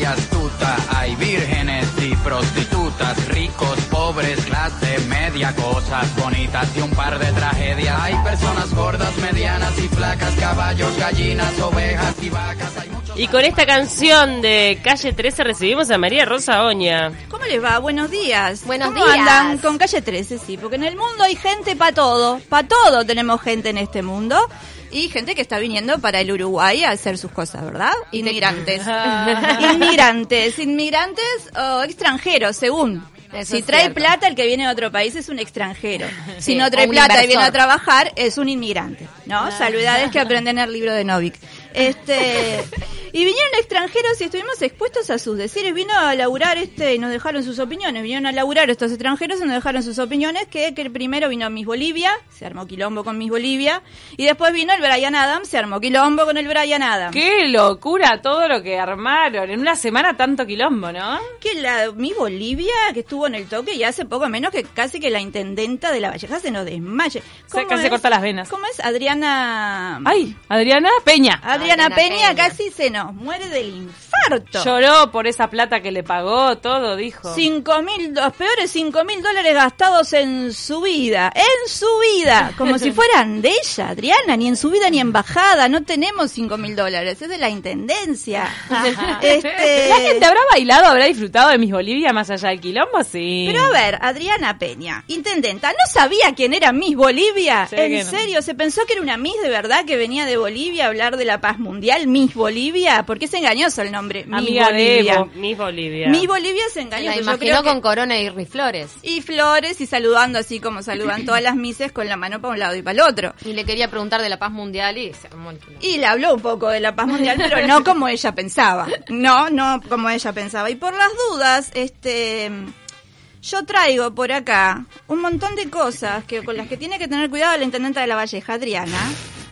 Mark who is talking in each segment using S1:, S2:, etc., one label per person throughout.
S1: y astuta. Hay vírgenes y prostitutas, ricos, pobres, clase media, cosas bonitas y un par de tragedias. Hay personas gordas, medianas y flacas, caballos, gallinas, ovejas y vacas. Hay muchos...
S2: Y con esta canción de Calle 13 recibimos a María Rosa Oña.
S3: ¿Cómo les va? Buenos días.
S4: Buenos
S3: ¿Cómo
S4: días.
S3: andan con calle 13? Sí, porque en el mundo hay gente para todo. Para todo tenemos gente en este mundo. Y gente que está viniendo para el Uruguay a hacer sus cosas, ¿verdad? Inmigrantes.
S4: Ah.
S3: inmigrantes, inmigrantes o extranjeros, según.
S4: Eso
S3: si
S4: es
S3: trae
S4: cierto.
S3: plata, el que viene de otro país es un extranjero.
S4: Sí,
S3: si no trae
S4: o un
S3: plata y
S4: inversor.
S3: viene a trabajar, es un inmigrante, ¿no? Saludades que aprenden el libro de Novik. Este, y vinieron extranjeros y estuvimos expuestos a sus decires. Vino a laburar este y nos dejaron sus opiniones. Vinieron a laburar estos extranjeros y nos dejaron sus opiniones. Que, que primero vino Miss Bolivia, se armó quilombo con Miss Bolivia. Y después vino el Brian Adams, se armó quilombo con el Brian Adams.
S5: Qué locura todo lo que armaron. En una semana tanto quilombo, ¿no?
S3: que la mi Bolivia que estuvo en el toque y hace poco menos que casi que la intendenta de la Valleja se nos desmaye.
S5: Se- casi se corta las venas.
S3: ¿Cómo es Adriana?
S5: Ay, Adriana Peña.
S3: Adriana,
S4: Adriana
S3: Peña,
S4: Peña.
S3: casi se nos muere del infarto.
S5: Lloró por esa plata que le pagó, todo, dijo.
S3: Cinco mil, los peores cinco mil dólares gastados en su vida, en su vida, como si fueran de ella, Adriana, ni en su vida ni en bajada, no tenemos cinco mil dólares, es de la intendencia. Este-
S5: ¿La gente habrá bailado, habrá disfrutado de mis Bolivia más allá del quilombo? Sí.
S3: Pero a ver, Adriana Peña, intendenta, ¿no sabía quién era Miss Bolivia?
S5: Sí, que
S3: ¿En
S5: no.
S3: serio? ¿Se pensó que era una Miss de verdad que venía de Bolivia a hablar de la paz mundial? ¿Miss Bolivia? Porque es engañoso el nombre. Miss
S5: Amiga de
S3: Bolivia.
S5: Evo. Miss Bolivia.
S3: Miss Bolivia es
S4: Me
S3: engañoso.
S4: la
S3: yo
S4: imaginó
S3: creo que-
S4: con corona y riflores.
S3: Y flores y saludando así como saludan todas las mises con la mano para un lado y para el otro.
S4: Y le quería preguntar de la paz mundial y se armó el quilombo.
S3: Y le habló un poco de la paz mundial, pero no como ella pensaba. No, no como ella pensaba. Y por las dudas, este yo traigo por acá un montón de cosas que con las que tiene que tener cuidado la intendenta de la Valleja, Adriana,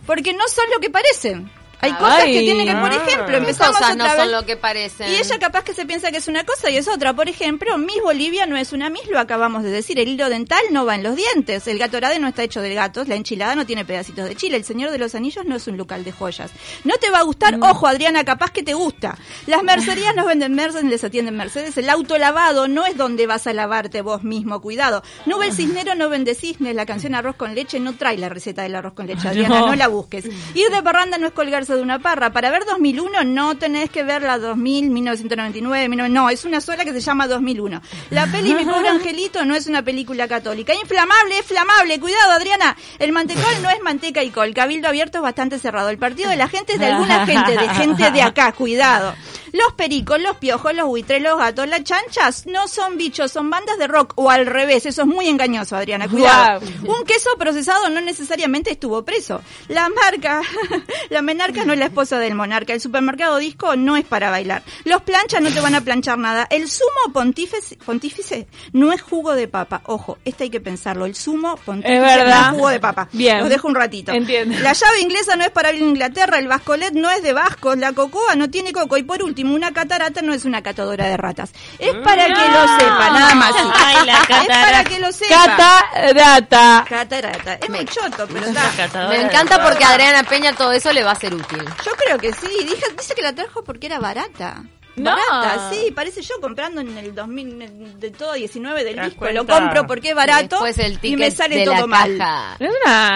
S3: porque no son lo que parecen. Hay
S5: Ay,
S3: cosas que tienen que, por
S5: ah.
S3: ejemplo,
S4: ¿Qué
S3: empezamos
S4: cosas no
S3: otra
S4: son
S3: vez-
S4: lo que parecen?
S3: y ella capaz que se piensa que es una cosa y es otra. Por ejemplo, Miss Bolivia no es una Miss, lo acabamos de decir. El hilo dental no va en los dientes. El gatorade no está hecho de gatos. La enchilada no tiene pedacitos de chile. El señor de los anillos no es un local de joyas. No te va a gustar. Ojo, Adriana, capaz que te gusta. Las mercerías nos venden Mercedes, les atienden Mercedes. El auto lavado no es donde vas a lavarte vos mismo. Cuidado. Nubel Cisnero no vende cisnes. La canción Arroz con leche no trae la receta del arroz con leche, Adriana.
S5: No.
S3: no la busques. Ir de parranda no es colgarse de una parra. Para ver 2001 no tenés que ver la 2000, 1999, 19- no, es una sola que se llama 2001. La peli Mi pobre angelito no es una película católica. Inflamable, es flamable. Cuidado, Adriana. El mantecol no es manteca y col. Cabildo abierto es bastante cerrado. El partido de la gente es de alguna gente, de gente de acá. Cuidado. Los pericos, los piojos, los buitres, los gatos, las chanchas no son bichos, son bandas de rock o al revés. Eso es muy engañoso, Adriana. Cuidado.
S5: Guau.
S3: Un queso procesado no necesariamente estuvo preso. La marca, la menarca no es la esposa del monarca. El supermercado disco no es para bailar. Los planchas no te van a planchar nada. El sumo pontífice, pontífice no es jugo de papa. Ojo, esto hay que pensarlo. El sumo pontífice
S5: Es verdad.
S3: no es jugo de papa.
S5: Bien.
S3: Los dejo un ratito.
S5: Entiendo.
S3: La llave inglesa no es para abrir Inglaterra. El bascolet no es de vascos. La cocoa no tiene coco. Y por último, una catarata no es una catadora de ratas. Es para que
S5: Ah.
S3: lo sepa, nada más.
S2: Ay, la
S3: es para
S2: catara-
S3: que lo sepa.
S5: Cata Data.
S3: Catarata. Es muy choto, pero
S2: La
S3: está.
S2: catadora
S4: Me
S2: de-
S4: encanta porque a Adriana Peña todo eso le va a ser útil.
S3: Yo creo que sí. Dije, dice que la trajo porque era barata.
S5: No.
S3: Barata, sí, parece yo comprando en el 2000 en- de todo 19 del
S2: ¿Te das
S3: disco. Lo
S2: cuenta?
S3: compro porque es barato
S4: Después el
S3: y
S4: ticket
S3: me sale
S4: de
S3: todo
S4: la
S3: mal.
S4: caja.
S5: Es
S2: Ah.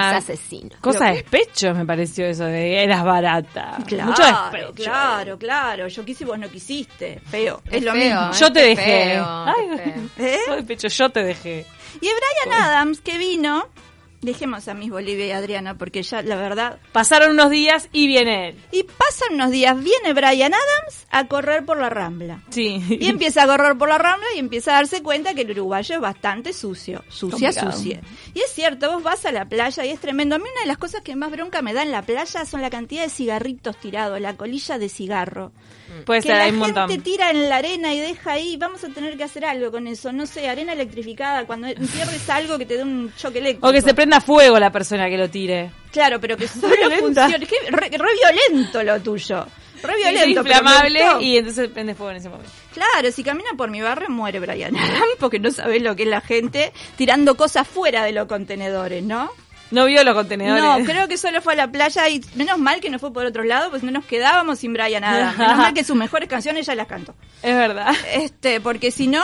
S5: una
S4: Es asesino.
S5: cosa de despecho, me pareció eso, de eras barata.
S3: Claro,
S5: Mucho despecho.
S3: claro, claro. Yo quise y vos no quisiste. Feo. Es, lo
S4: feo,
S3: mismo.
S4: ¿eh?
S5: Yo te
S4: Qué
S5: dejé.
S4: feo,
S5: Ay,
S4: qué feo.
S3: ¿Eh?
S5: todo despecho, yo te dejé.
S3: Y Brian Adams, que vino, dejemos a Miss Bolivia y Adriana, porque ya, la verdad,
S5: Pasaron unos días y viene él.
S3: Y pasan unos días, viene Brian Adams a correr por la Rambla.
S5: Sí.
S3: Y empieza a correr por la Rambla y empieza a darse cuenta que el uruguayo es bastante sucio, sucia,
S5: Complicado.
S3: sucia. Y es cierto, vos vas a la playa y es tremendo. A mí una de las cosas que más bronca me da en la playa son la cantidad de cigarritos tirados, la colilla de cigarro.
S5: Puede
S3: que
S5: ser,
S3: la
S5: hay un
S3: gente
S5: montón.
S3: tira en la arena y deja ahí, vamos a tener que hacer algo con eso. No sé, arena electrificada, cuando pierdes algo que te dé un choque eléctrico.
S5: O que se prenda fuego la persona que lo tire.
S3: Claro, pero que solo
S5: violenta.
S3: funcione. Qué re, re violento lo tuyo. Re
S5: es
S3: violento. pero me
S5: inflamable
S3: gustó.
S5: y entonces prende fuego en ese momento.
S3: Claro, si camina por mi barrio muere Brian Adams, porque no sabes lo que es la gente tirando cosas fuera de los contenedores, ¿no?
S5: No vio los contenedores.
S3: No, creo que solo fue a la playa y menos mal que no fue por otro lado, pues no nos quedábamos sin Brian Adams. Menos mal que sus mejores canciones ya las canto.
S5: Es verdad.
S3: Este, porque si no,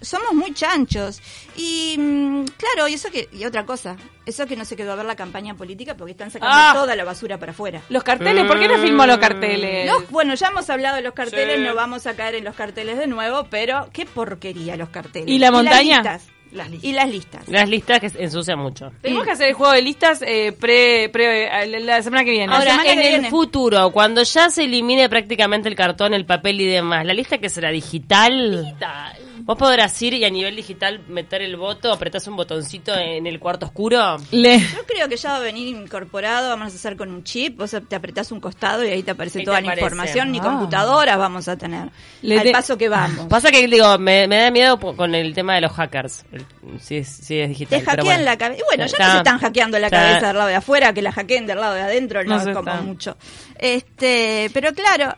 S3: somos muy chanchos. Y mm, claro, y eso que, y otra cosa, eso que no se quedó a ver la campaña política porque están sacando
S5: Ah.
S3: toda la basura para afuera.
S5: Los carteles, ¿por qué no filmó los carteles?
S3: No, bueno, ya hemos hablado de los carteles,
S5: Eh. Sí.
S3: no vamos a caer en los carteles de nuevo, pero qué porquería los carteles.
S5: ¿Y la montaña?
S3: Las listas, Y las listas.
S2: Las listas que se ensucian mucho.
S5: Tenemos que hacer el juego de listas eh, pre, pre- eh, la- la semana que viene.
S2: Ahora,
S3: semana
S2: en
S3: que
S2: el
S3: viene.
S2: futuro, cuando ya se elimine prácticamente el cartón, el papel y demás, ¿la lista que será digital? ¿Vos podrás ir y a nivel digital meter el voto, apretás un botoncito en el cuarto oscuro?
S5: Le-
S3: Yo creo que ya va a venir incorporado, vamos a hacer con un chip, o sea, te apretás un costado y ahí te aparece
S2: Ahí te
S3: toda la
S2: aparece.
S3: información, ni
S5: Ah.
S3: computadoras vamos a tener.
S5: Le
S3: al
S5: de-
S3: paso que vamos.
S2: Pasa que, digo, me, me da miedo po- con el tema de los hackers. El- Si es, si es digital.
S3: Te
S2: pero
S3: hackean
S2: bueno.
S3: la cabeza. Y bueno, ya, no
S2: Está-
S3: se están hackeando la
S2: está-
S3: cabeza del lado de afuera, que la hackeen del lado de adentro, no,
S5: No se
S3: es como
S5: está.
S3: mucho. Este, pero claro,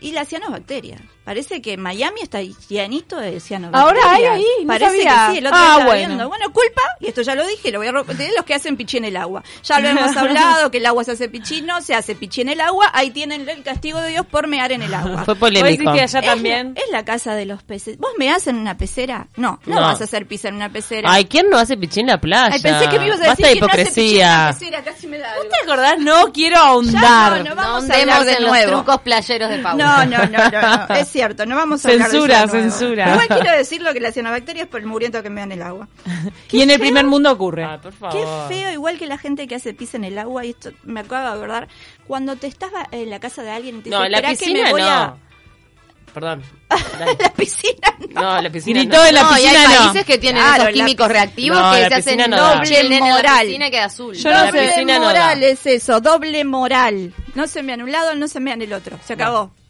S3: y la cianobacteria. Parece que Miami está llanito de cianobacteria.
S5: Ahora hay ahí, no
S3: Parece
S5: sabía.
S3: que sí, el otro
S5: Ah,
S3: día estaba
S5: bueno.
S3: viendo. Bueno, culpa, y esto ya lo dije, lo voy a repetir, los que hacen pichí en el agua. Ya lo hemos hablado, que el agua se hace pichí, no se hace pichí en el agua, ahí tienen el castigo de Dios por mear en el agua.
S2: Fue
S5: ¿Vos decís
S2: polémico.
S5: que allá
S3: Es la-
S5: también?
S3: Es la casa de los peces. ¿Vos me hacen una pecera? No, no,
S2: No.
S3: vas a hacer pizza en una pecera.
S2: Ay, ¿quién no hace pichín en la playa?
S3: Ay, pensé que me ibas a
S2: Basta
S3: decir
S2: de
S3: que no hace
S2: hipocresía.
S3: pichín en la pecera, casi me da algo.
S5: ¿Te acordás? No quiero
S3: Ya
S5: ahondar.
S3: no, no
S4: No
S3: vamos a hablar
S4: andemos
S3: de
S4: en los
S3: nuevo.
S4: trucos playeros de Pau.
S3: No, no, no, no, no, es cierto, no vamos a hablar de
S5: Censura,
S3: eso de nuevo.
S5: censura.
S3: Igual quiero decir lo que la cianobacteria es por el muriento que me dan el agua.
S5: y en el primer mundo ocurre.
S2: Ay, por
S3: Qué
S2: favor.
S3: feo, igual que la gente que hace pis en el agua, y esto me acaba de acordar, cuando te estás ba- en la casa de alguien y te
S2: No,
S3: dice,
S2: en la
S3: "Esperá que
S2: piscina
S3: me voy
S2: no.
S3: a...
S2: Perdón.
S3: La piscina no.
S2: No, la piscina
S5: Gritó
S2: no.
S5: en la
S4: No, y
S5: piscina
S4: hay
S5: no.
S4: países que tienen
S3: Claro,
S4: esos
S3: la
S4: químicos reactivos
S2: No, la
S4: que se hacen
S2: piscina no da.
S4: doble en la
S3: Moral.
S4: piscina queda azul.
S5: Yo no
S2: La
S5: sé.
S3: doble
S2: piscina no da.
S3: moral es eso, doble moral. No se me han un lado, no se me han el otro. Se acabó.
S4: Ah.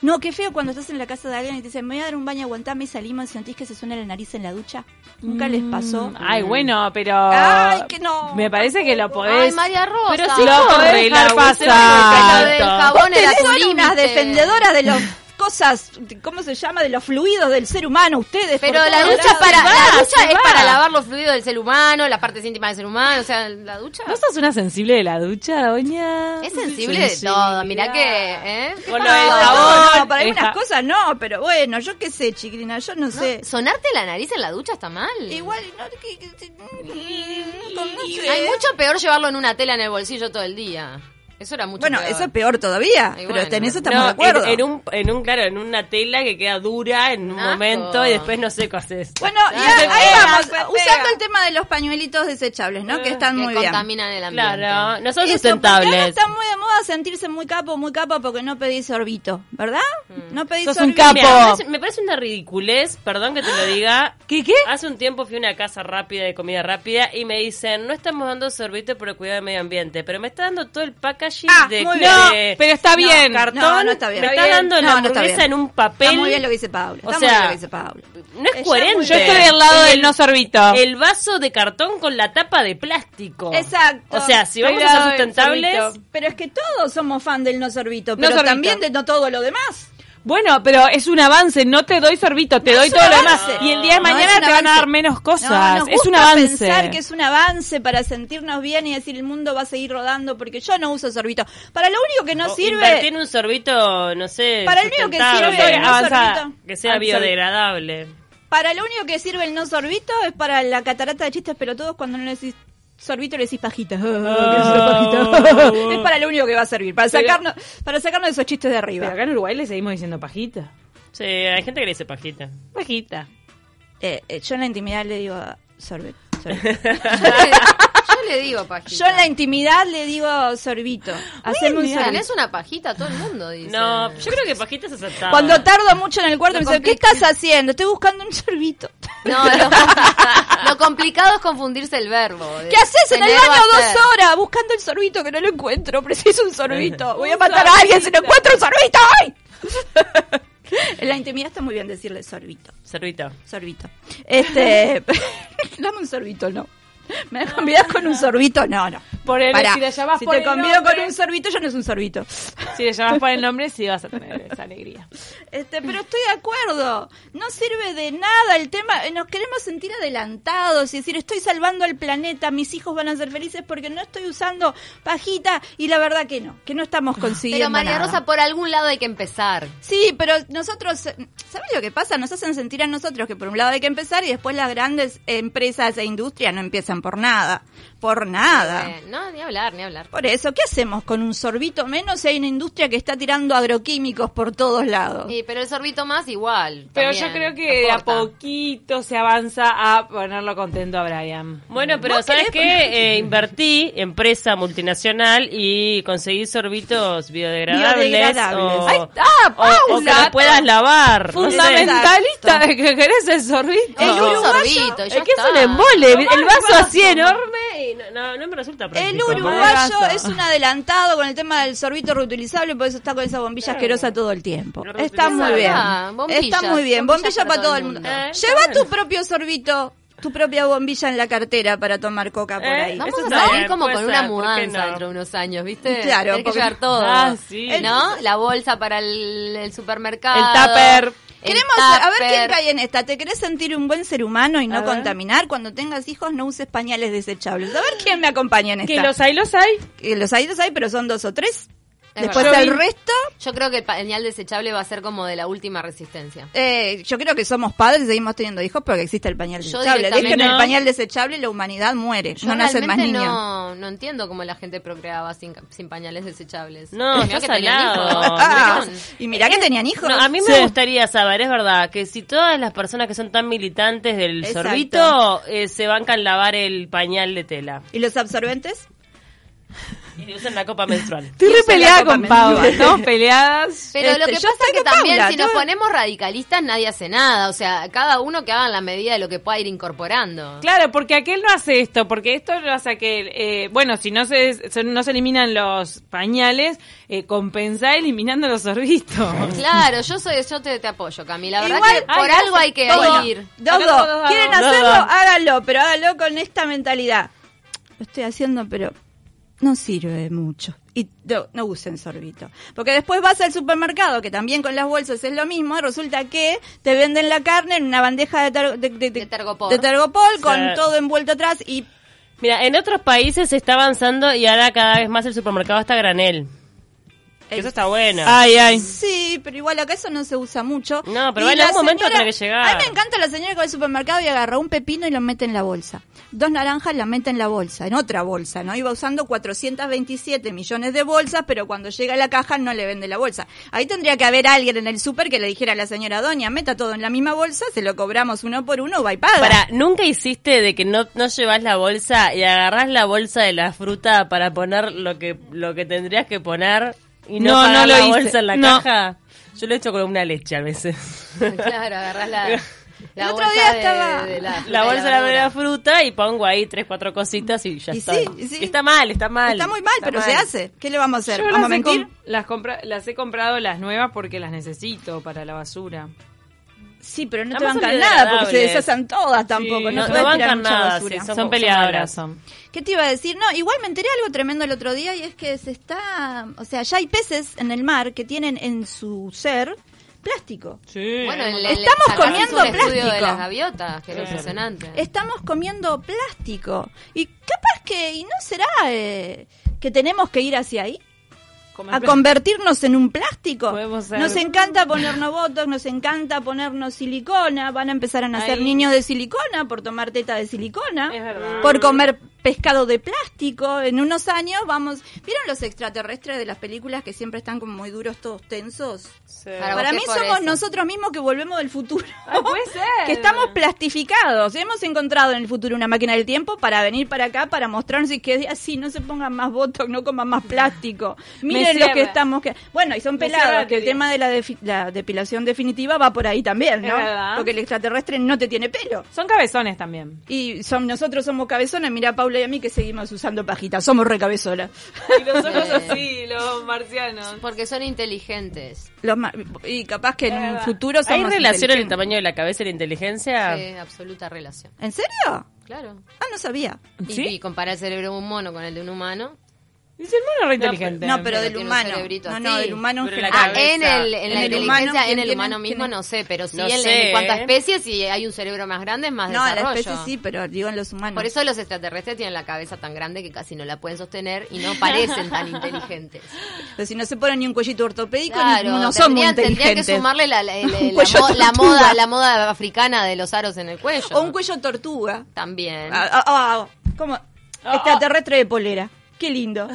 S3: No, qué feo cuando estás en la casa de alguien y te dicen, me voy a dar un baño, aguantame y salimos y sentís que se suena la nariz en la ducha. Nunca les
S4: Mm.
S3: pasó.
S5: Ay, bueno, pero.
S3: Ay, que no.
S5: Me parece que lo
S4: Ay,
S5: podés.
S4: María Rosa.
S2: Pero sí,
S5: si lo
S2: corre,
S5: podés dejar
S2: Laura, usted
S5: pasar.
S4: Lo del
S2: Exacto.
S3: Vos
S4: jabón era
S3: tenés
S4: tu
S3: son unas
S4: límite.
S3: defendedoras de las cosas, de- ¿cómo se llama? De los fluidos del ser humano, ustedes.
S4: Pero
S3: por
S4: la
S3: todos
S4: ducha, es
S3: lados.
S4: para, la ducha
S5: se
S4: es
S5: va.
S4: para lavar los fluidos del ser humano, las partes íntimas del ser humano. O sea, la ducha
S5: ¿No sos una sensible de la ducha, doña?
S4: es sensible de todo. Mirá que. ¿eh?
S2: Con lo
S3: No,
S2: del
S3: no,
S2: jabón.
S3: no, para algunas
S5: Deja-
S3: cosas no, pero bueno, yo qué sé, chiquilina, yo no
S4: No,
S3: sé.
S4: Sonarte la nariz en la ducha está mal.
S3: Igual, no, que- que- que- no sé.
S4: Mm. Hay mucho peor llevarlo en una tela en el bolsillo todo el día. Eso era mucho
S3: Bueno,
S4: peor.
S3: eso es peor todavía,
S4: Y
S3: pero
S4: bueno.
S3: en eso estamos de
S2: en-
S3: acuerdo.
S2: En, un, en un, claro, en una tela que queda dura en un
S4: Asco.
S2: momento y después no sé qué haces.
S3: Bueno,
S4: Claro.
S3: ya, ahí
S4: Pega,
S3: vamos,
S5: pega.
S3: usando el tema de los pañuelitos desechables, ¿no? Que están
S4: Que
S3: muy bien.
S4: contaminan el ambiente.
S2: Claro, no son
S3: Eso, porque ahora
S2: sustentables.
S3: está muy de moda sentirse muy capo, muy capa porque no pedís sorbito, ¿verdad? No pedís
S5: Sos un
S3: sorbito.
S5: capo.
S2: Mira, me parece- me parece una ridiculez, perdón que te lo diga.
S5: ¿Qué, qué?
S2: Hace un tiempo fui a una casa rápida de comida rápida y me dicen, no estamos dando sorbito por el cuidado del medio ambiente, pero me está dando todo el packaging
S3: Ah,
S2: de,
S3: muy
S2: de-
S5: No,
S2: de
S5: pero está bien.
S2: cartón.
S3: No, no está bien.
S2: Me
S3: Está
S2: está,
S3: bien.
S2: dando
S3: No,
S2: la
S3: no está
S2: hamburguesa
S3: bien.
S2: en un papel.
S3: Está muy bien lo que dice Pablo.
S2: O
S3: Está muy
S2: sea,
S3: bien lo que dice Pablo.
S2: No es
S3: Está muy
S2: coherente.
S5: Yo estoy del lado del no sorbito.
S2: El vaso de cartón con la tapa de plástico.
S3: Exacto.
S2: O sea, si
S5: Estoy
S2: vamos
S5: del
S2: a
S5: lado
S2: ser
S5: del
S2: sustentables,
S5: sorbito.
S3: Pero es que todos somos fan del no sorbito,
S5: No
S3: pero
S5: sorbito.
S3: también de no todo lo demás.
S5: Bueno, pero es un avance, no te doy sorbito, te
S3: No
S5: doy
S3: es
S5: todo
S3: un
S5: lo demás.
S3: avance.
S5: Y el día de
S3: No, es
S5: mañana te
S3: un
S5: van a
S3: avance.
S5: dar menos cosas.
S3: No, nos
S5: es un
S3: gusta
S5: avance.
S3: pensar que es un avance para sentirnos bien y decir el mundo va a seguir rodando porque yo no uso sorbito. Para lo único que no
S2: o invertir
S3: sirve,
S2: en un sorbito, no sé,
S3: Para el mío que
S2: sustentable,
S5: Yo soy
S3: sirve, no
S5: avanzada.
S3: sorbito.
S2: que sea
S5: Avanzada.
S2: biodegradable.
S3: para lo único que sirve el no sorbito es para la catarata de chistes pelotudos cuando no le decís sorbito le decís pajita.
S2: Oh.
S3: es para lo único que va a servir, para
S5: Ah, Pero-
S3: sacarnos para sacarnos esos chistes de
S5: Pero eh,
S3: arriba.
S5: acá en Uruguay le seguimos diciendo pajita.
S2: Sí, hay gente que le dice pajita.
S5: Pajita.
S3: Eh, eh, yo en la intimidad le digo sorbito.
S4: Yo le, yo le digo pajita.
S3: Yo en la intimidad le digo sorbito. Haceme un
S4: Mira,
S3: sorbito.
S4: Tenés una pajita, todo el mundo dice.
S2: No, yo creo que pajita es aceptable.
S3: Cuando tardo mucho en el cuarto,
S4: Lo
S3: me dice, ¿qué
S4: complica.
S3: estás haciendo? Estoy buscando un sorbito.
S4: No, lo, lo complicado es confundirse el verbo.
S3: ¿Qué haces en el
S4: Tener
S3: baño
S4: va a ser.
S3: dos horas buscando el sorbito que no lo encuentro? Preciso un sorbito. Voy a matar a alguien si no encuentro un sorbito. ¡Ay! en la intimidad está muy bien decirle sorbito.
S2: Sorbito.
S3: Sorbito. Este. Dame un sorbito, no. ¿Me convidas con un sorbito? No, no.
S5: Por el-
S3: Pará,
S5: si la llamás
S3: si
S5: por
S3: te
S5: el
S3: convido con
S5: nombre.
S3: un sorbito, ya no es un sorbito.
S5: Si le llamas por el nombre, sí vas a tener esa alegría.
S3: Este, pero estoy de acuerdo. No sirve de nada el tema. eh, Nos queremos sentir adelantados y decir, estoy salvando al planeta, mis hijos van a ser felices porque no estoy usando pajita. Y la verdad que no, que no estamos consiguiendo.
S4: Pero María
S3: nada.
S4: Rosa, por algún lado hay que empezar.
S3: Sí, pero nosotros, eh, ¿sabes lo que pasa? Nos hacen sentir a nosotros que por un lado hay que empezar y después las grandes empresas e industrias no empiezan por nada. Por nada.
S4: Eh, no, ni hablar, ni hablar.
S3: Por eso, ¿qué hacemos con un sorbito menos si hay una industria que está tirando agroquímicos por todos lados?
S4: Eh, pero el sorbito más igual.
S5: Pero
S4: también,
S5: yo creo que de a
S4: aporta.
S5: poquito se avanza a ponerlo contento a Brian.
S2: Bueno, pero ¿sabes qué? Eh, invertí, empresa multinacional, y conseguí sorbitos biodegradables.
S3: Biodegradables.
S2: O,
S3: Ahí
S5: está,
S2: o- o que
S5: Paula.
S2: los puedas lavar. no sé.
S5: Fundamentalista de que querés el sorbito.
S4: El
S2: No.
S4: sorbito, ya
S2: Es que es
S4: está.
S2: un embole. El vaso
S5: vaso.
S2: así enorme y no, no- no me resulta
S3: El
S2: práctico.
S3: uruguayo
S5: Basta.
S3: es un adelantado con el tema del sorbito reutilizable, por eso está con esa bombilla asquerosa todo el tiempo.
S2: Lo
S3: Está muy bien.
S4: reutilizable.
S3: Está
S4: Bombillas,
S3: muy bien. Bombilla para todo el mundo.
S2: Eh, está
S3: Lleva
S2: bueno.
S3: tu propio sorbito, tu propia bombilla en la cartera para tomar coca por
S5: Eh,
S3: ahí.
S4: Vamos
S2: Eso
S4: a
S2: está
S4: salir
S2: bien,
S4: como
S2: puede
S4: con una
S2: ser, ¿por qué
S4: mudanza
S2: no?
S4: dentro de unos años, ¿viste?
S3: Claro,
S4: Tienes que
S3: porque-
S4: llevar todo.
S5: Ah, sí.
S4: ¿No? La bolsa para el, el supermercado.
S5: El tupper.
S4: el
S3: Queremos a ver
S4: tupper.
S3: quién cae en esta. ¿Te querés sentir un buen ser humano y no
S5: A ver.
S3: contaminar? Cuando tengas hijos no uses pañales desechables. A ver quién me acompaña en esta.
S5: Que los hay, los hay.
S3: Que los hay, los hay, pero son dos o tres.
S4: Es
S3: Después
S5: verdad.
S3: el resto,
S4: Yo creo que el pañal desechable va a ser como de la última resistencia.
S3: eh, yo creo que somos padres y seguimos teniendo hijos porque existe el pañal
S4: Yo
S3: desechable.
S4: directamente-
S3: Dejen el
S5: No.
S3: pañal desechable y la humanidad muere.
S4: Yo
S3: no nacen más
S4: realmente
S3: niños.
S4: No, no entiendo cómo la gente procreaba sin, sin pañales desechables.
S2: No,
S4: Mirá
S2: estás
S4: que tenían
S2: salado.
S4: hijos.
S3: Ah,
S4: Mirá que-
S3: y mirá que tenían hijos.
S2: No, a mí me
S5: Sí.
S2: gustaría saber, es verdad, que si todas las personas que son tan militantes del
S3: Exacto.
S2: sorbito eh, se bancan lavar el pañal de tela
S3: ¿Y los absorbentes?
S2: y usan la copa menstrual.
S5: Estoy re peleada
S3: copa
S5: con ¿eh? Paula. Estamos peleadas.
S4: Pero
S3: Este,
S4: lo que
S3: yo
S4: pasa es
S3: estoy
S4: que
S3: con
S4: también
S3: Paula,
S4: si nos
S3: yo-
S4: ponemos radicalistas nadie hace nada. O sea, cada uno que haga en la medida de lo que pueda ir incorporando.
S5: Claro, porque aquel no hace esto, porque esto lo hace aquel. Eh, bueno, si no se, se- no se eliminan los pañales, eh, compensá eliminando los sorbitos.
S4: Claro, yo soy, yo te, te apoyo, Cami. La verdad
S3: Igual-
S4: que
S5: Ay,
S4: por algo
S5: gracias.
S4: hay que
S5: Todo.
S4: hay que ir.
S3: Dodo,
S5: Acá todos dados.
S3: ¿quieren
S5: Dodo.
S3: hacerlo? Háganlo, pero háganlo con esta mentalidad. Lo estoy haciendo, pero no sirve de mucho. Y no, no usen sorbito. Porque después vas al supermercado, que también con las bolsas es lo mismo, resulta que te venden la carne en una bandeja de, ter- de, de-
S4: De tergopor.
S3: de tergopol, con
S2: Sí.
S3: todo envuelto atrás y...
S2: Mira, en otros países se está avanzando y ahora cada vez más el supermercado está a granel. Que eso está bueno.
S5: Ay, ay.
S3: Sí, pero igual acá eso no se usa mucho.
S2: No, pero
S3: Y
S2: en algún
S3: la
S2: momento
S3: señora-
S2: tiene que llegar.
S3: A mí me encanta la señora que va al supermercado y agarra un pepino y lo mete en la bolsa. Dos naranjas la mete en la bolsa, en otra bolsa, ¿no? Iba usando 427 millones de bolsas, pero cuando llega a la caja no le vende la bolsa. Ahí tendría que haber alguien en el súper que le dijera a la señora Doña, meta todo en la misma bolsa, se lo cobramos uno por uno, va y paga.
S2: Para, ¿nunca hiciste de que no, no llevas la bolsa y agarrás la bolsa de la fruta para poner lo que, lo que tendrías que poner y no,
S5: No,
S2: pagar
S5: no lo
S2: la
S5: hice.
S2: bolsa en la
S5: No.
S2: caja? Yo lo he hecho con una leche a veces.
S4: Claro, agarrás la, la
S3: El otro
S4: bolsa
S3: día
S4: de-
S3: estaba-
S4: de
S2: La bolsa de la
S4: verdura.
S2: primera fruta y pongo ahí tres, cuatro cositas y ya
S3: Y
S2: está.
S3: sí, y sí.
S2: Está mal, está mal.
S3: Está muy mal, pero se hace. ¿Qué le vamos a hacer?
S5: Yo
S3: ¿Vamos a
S5: las he,
S3: mentir?
S5: com- las, compra- las he comprado las nuevas porque las necesito para la basura.
S3: Sí, pero no te
S2: Además son
S3: bancan nada porque se
S2: degradables.
S3: deshacen todas tampoco.
S5: Sí,
S3: no
S5: no-
S3: te
S5: no
S3: van a tirar
S2: bancan
S3: mucha
S2: nada,
S3: basura.
S2: sí, son peleadoras.
S5: son.
S3: ¿Qué te iba a decir? No, igual me enteré algo tremendo el otro día y es que se está, o sea, ya hay peces en el mar que tienen en su ser plástico.
S5: Sí.
S4: Bueno, el- el-
S3: Estamos
S4: sacás
S3: comiendo
S4: un estudio de
S3: plástico.
S4: las gaviotas, que era impresionante.
S3: Estamos comiendo plástico y capaz que y no será eh, que tenemos que ir hacia ahí
S5: Come
S3: a
S5: pla-
S3: convertirnos en un plástico.
S5: Podemos ser-
S3: Nos encanta ponernos botox, nos encanta ponernos silicona, van a empezar a nacer
S5: Ahí.
S3: niños de silicona por tomar teta de silicona.
S5: Es verdad.
S3: por comer pescado de plástico. En unos años vamos. ¿Vieron los extraterrestres de las películas que siempre están como muy duros, todos tensos?
S4: Para
S3: Para
S4: vos,
S3: mí
S4: ¿qué por
S3: somos
S4: eso?
S3: nosotros mismos que volvemos del futuro.
S5: Ah, puede ser.
S3: Que estamos plastificados. Hemos encontrado en el futuro una máquina del tiempo para venir para acá, para mostrarnos y que así no se pongan más botox, no coman más plástico. Miren miren lo
S5: cierra.
S3: que estamos... que- Bueno, y son
S5: Me cierra
S3: pelados,
S5: la
S3: que el
S5: teoría.
S3: tema de la, defi- la depilación definitiva va por ahí también,
S5: Es
S3: ¿no?
S5: verdad.
S3: Porque el extraterrestre no te tiene pelo.
S5: Son cabezones también.
S3: Y son, nosotros somos cabezones, mira Paula y a mí que seguimos usando pajitas, somos recabezolas.
S5: Y los ojos
S4: Sí.
S5: así, los marcianos.
S4: Porque son inteligentes.
S3: Los ma- y capaz que en
S5: Es
S3: un
S5: verdad.
S3: futuro
S2: ¿Hay
S3: somos
S2: relación en el
S3: inteligentes.
S2: tamaño de la cabeza y la inteligencia?
S4: Sí, absoluta relación.
S3: ¿En serio?
S4: Claro.
S3: Ah, no sabía.
S4: Y,
S5: ¿Sí?
S4: y comparar el cerebro de un mono con el de un humano.
S5: Dice el mono re inteligente.
S3: No, pero del
S4: tiene un
S3: humano.
S4: cerebrito
S3: No,
S4: así.
S3: no, del humano en
S2: Pero la
S4: Ah,
S3: general. eh,
S2: cabeza.
S4: en, el, en,
S3: En
S4: la
S3: el
S4: inteligencia,
S3: humano,
S4: en
S3: ¿quién
S4: el
S3: tiene-
S4: humano mismo
S3: tiene?
S4: no sé, pero sí
S2: No
S4: en, en
S2: sé,
S4: cuanto a
S2: ¿eh?
S4: especies, si hay un cerebro más grande, es más
S3: No, la
S4: desarrollo.
S3: especie sí, pero digo en los humanos.
S4: Por eso los extraterrestres tienen la cabeza tan grande que casi no la pueden sostener y no parecen tan inteligentes.
S3: Pero si no se ponen ni un cuellito ortopédico,
S4: Claro,
S3: ni, no somos
S4: tendrían, tendrían que
S3: inteligentes.
S4: sumarle la, la- la- la
S3: Un cuello
S4: mo- la
S3: tortuga.
S4: moda la moda africana de los aros en el cuello.
S3: O un cuello tortuga.
S4: También.
S3: Ah, ah, ah, ah, ¿Cómo?
S4: Oh.
S3: Extraterrestre de polera. Qué lindo.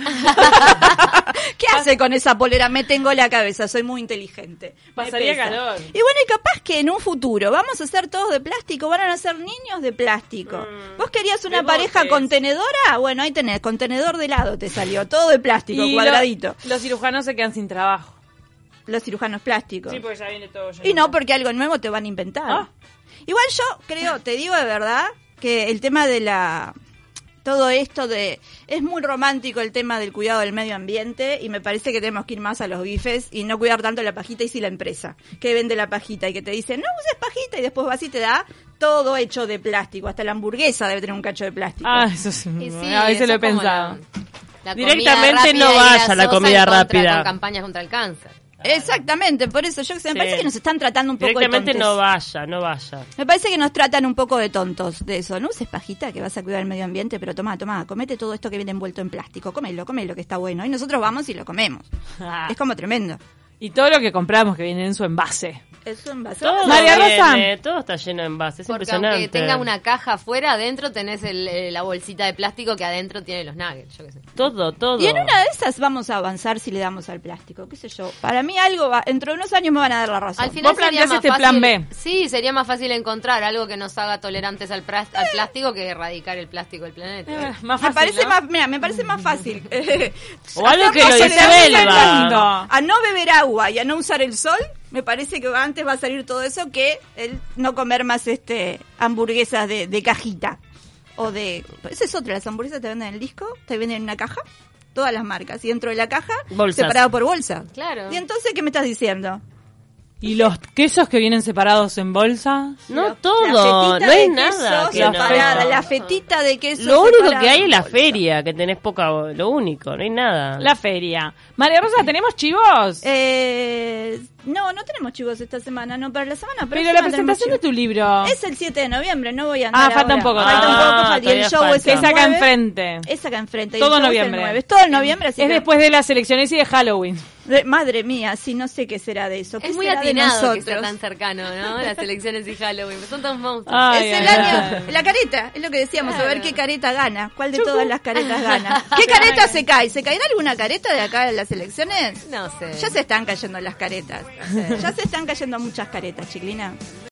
S3: ¿Qué hace con esa polera? Me tengo la cabeza, soy muy inteligente. Va a ser
S5: Pasaría
S3: esa.
S5: calor.
S3: Y bueno, y capaz que en un futuro vamos a ser todos de plástico, van a ser niños de plástico. ¿Vos querías una
S5: de
S3: pareja
S5: botes.
S3: contenedora? Bueno, ahí tenés, contenedor de helado te salió, todo de plástico, cuadradito.
S5: Los, los cirujanos se quedan sin trabajo.
S3: Los cirujanos plásticos.
S5: porque ya viene todo.
S3: Y no, porque algo nuevo te van a inventar.
S5: Ah.
S3: Igual yo creo, te digo de verdad, que el tema de la... Todo esto de... Es muy romántico el tema del cuidado del medio ambiente y me parece que tenemos que ir más a los bifes y no cuidar tanto la pajita y si la empresa que vende la pajita y que te dice, no uses pajita y después vas y te da todo hecho de plástico. Hasta la hamburguesa debe tener un cacho de plástico.
S5: Ah, eso sí.
S4: Y sí,
S2: ah,
S5: a veces
S4: eso
S5: lo he
S4: es como
S5: pensado.
S4: la- la
S2: Directamente
S4: comida rápida
S2: no
S4: y
S2: vaya a la
S4: grasosa
S2: comida
S4: en contra-
S2: rápida.
S4: Con campañas contra el cáncer.
S3: Exactamente, por eso yo me
S2: Sí.
S3: parece que nos están tratando un poco de
S2: Directamente
S3: tontes.
S2: no vaya, no vaya.
S3: Me parece que nos tratan un poco de tontos de eso. No uses pajita que vas a cuidar el medio ambiente, pero toma, toma, comete todo esto que viene envuelto en plástico. Comelo, comelo que está bueno. Y nosotros vamos y lo comemos.
S5: Ah.
S3: Es como tremendo.
S5: Y todo lo que compramos que viene en su envase.
S3: Es un
S2: Todo
S5: María Rosa.
S2: viene, todo está lleno de envases, es
S4: Porque
S2: impresionante.
S4: aunque tenga una caja afuera, adentro tenés el- eh, la bolsita de plástico que adentro tiene los nuggets, yo qué sé.
S2: Todo, todo.
S3: Y en una de esas vamos a avanzar si le damos al plástico. ¿Qué sé yo? Para mí algo va. Dentro de unos años me van a dar la razón.
S4: Al final
S5: Vos
S4: sería
S5: planteás
S4: más
S5: este
S4: fácil,
S5: plan B.
S4: Sí, sería más fácil encontrar algo que nos haga tolerantes al, pras- al plástico que erradicar el plástico del planeta.
S5: Más
S3: me
S5: fácil,
S3: parece
S5: ¿no?
S3: más, mira, me parece más fácil.
S2: O algo que lo
S3: Hacernos tolerantes al
S2: disuelva.
S3: mundo. A no beber agua y a no usar el sol, me parece que antes va a salir todo eso que el no comer más este hamburguesas de, de cajita o de esa es otra, las hamburguesas te venden en el disco, te venden en una caja, todas las marcas y dentro de la caja
S2: Bolsas.
S3: separado por bolsa.
S4: Claro.
S3: Y entonces qué me estás diciendo?
S5: Y los quesos que vienen separados en bolsa.
S2: No
S3: La-
S2: todo,
S3: la fetita
S2: no hay
S3: de
S2: nada.
S3: queso
S2: que no.
S3: separada, la fetita de queso.
S2: Lo único
S3: separada
S2: que hay es la
S3: por bolsa.
S2: feria, que tenés poca, lo único, no hay nada.
S5: La feria. María Rosa, ¿tenemos chivos?
S3: Eh, no, no tenemos chicos esta semana, no, para la semana
S5: pero la
S3: próxima tenemos
S5: presentación de tu libro.
S3: chivos. Es el 7 de noviembre, no voy a andar
S5: Ah, falta
S3: ahora.
S5: un poco,
S3: Falta un
S5: todavía.
S3: poco,
S2: Ah,
S3: falta- y el
S2: todavía
S3: show
S2: falta.
S3: es
S5: que
S3: el
S5: es acá
S3: 9,
S5: enfrente.
S3: Es acá enfrente. y el
S5: Todo
S3: show es el
S5: noviembre.
S3: 9, Es todo en noviembre, así
S5: Es
S3: que-
S5: después de las elecciones y de Halloween.
S3: de- madre mía, sí, no sé qué será de eso. ¿Qué
S4: Es muy
S3: será de
S4: atinado que
S3: nosotros?
S4: sea tan cercano, ¿no? Las elecciones y Halloween. pues Son todos monstruos.
S5: Ah. Ay,
S3: es el
S5: ay,
S3: año,
S5: ay.
S3: la careta, es lo que decíamos, a ver
S4: Claro.
S3: qué careta gana, cuál de todas las caretas gana. ¿Qué careta se cae? ¿Se caerá alguna careta de acá en las elecciones?
S4: No sé.
S3: Ya se están cayendo las caretas. Ya se están cayendo muchas caretas, chiquilina.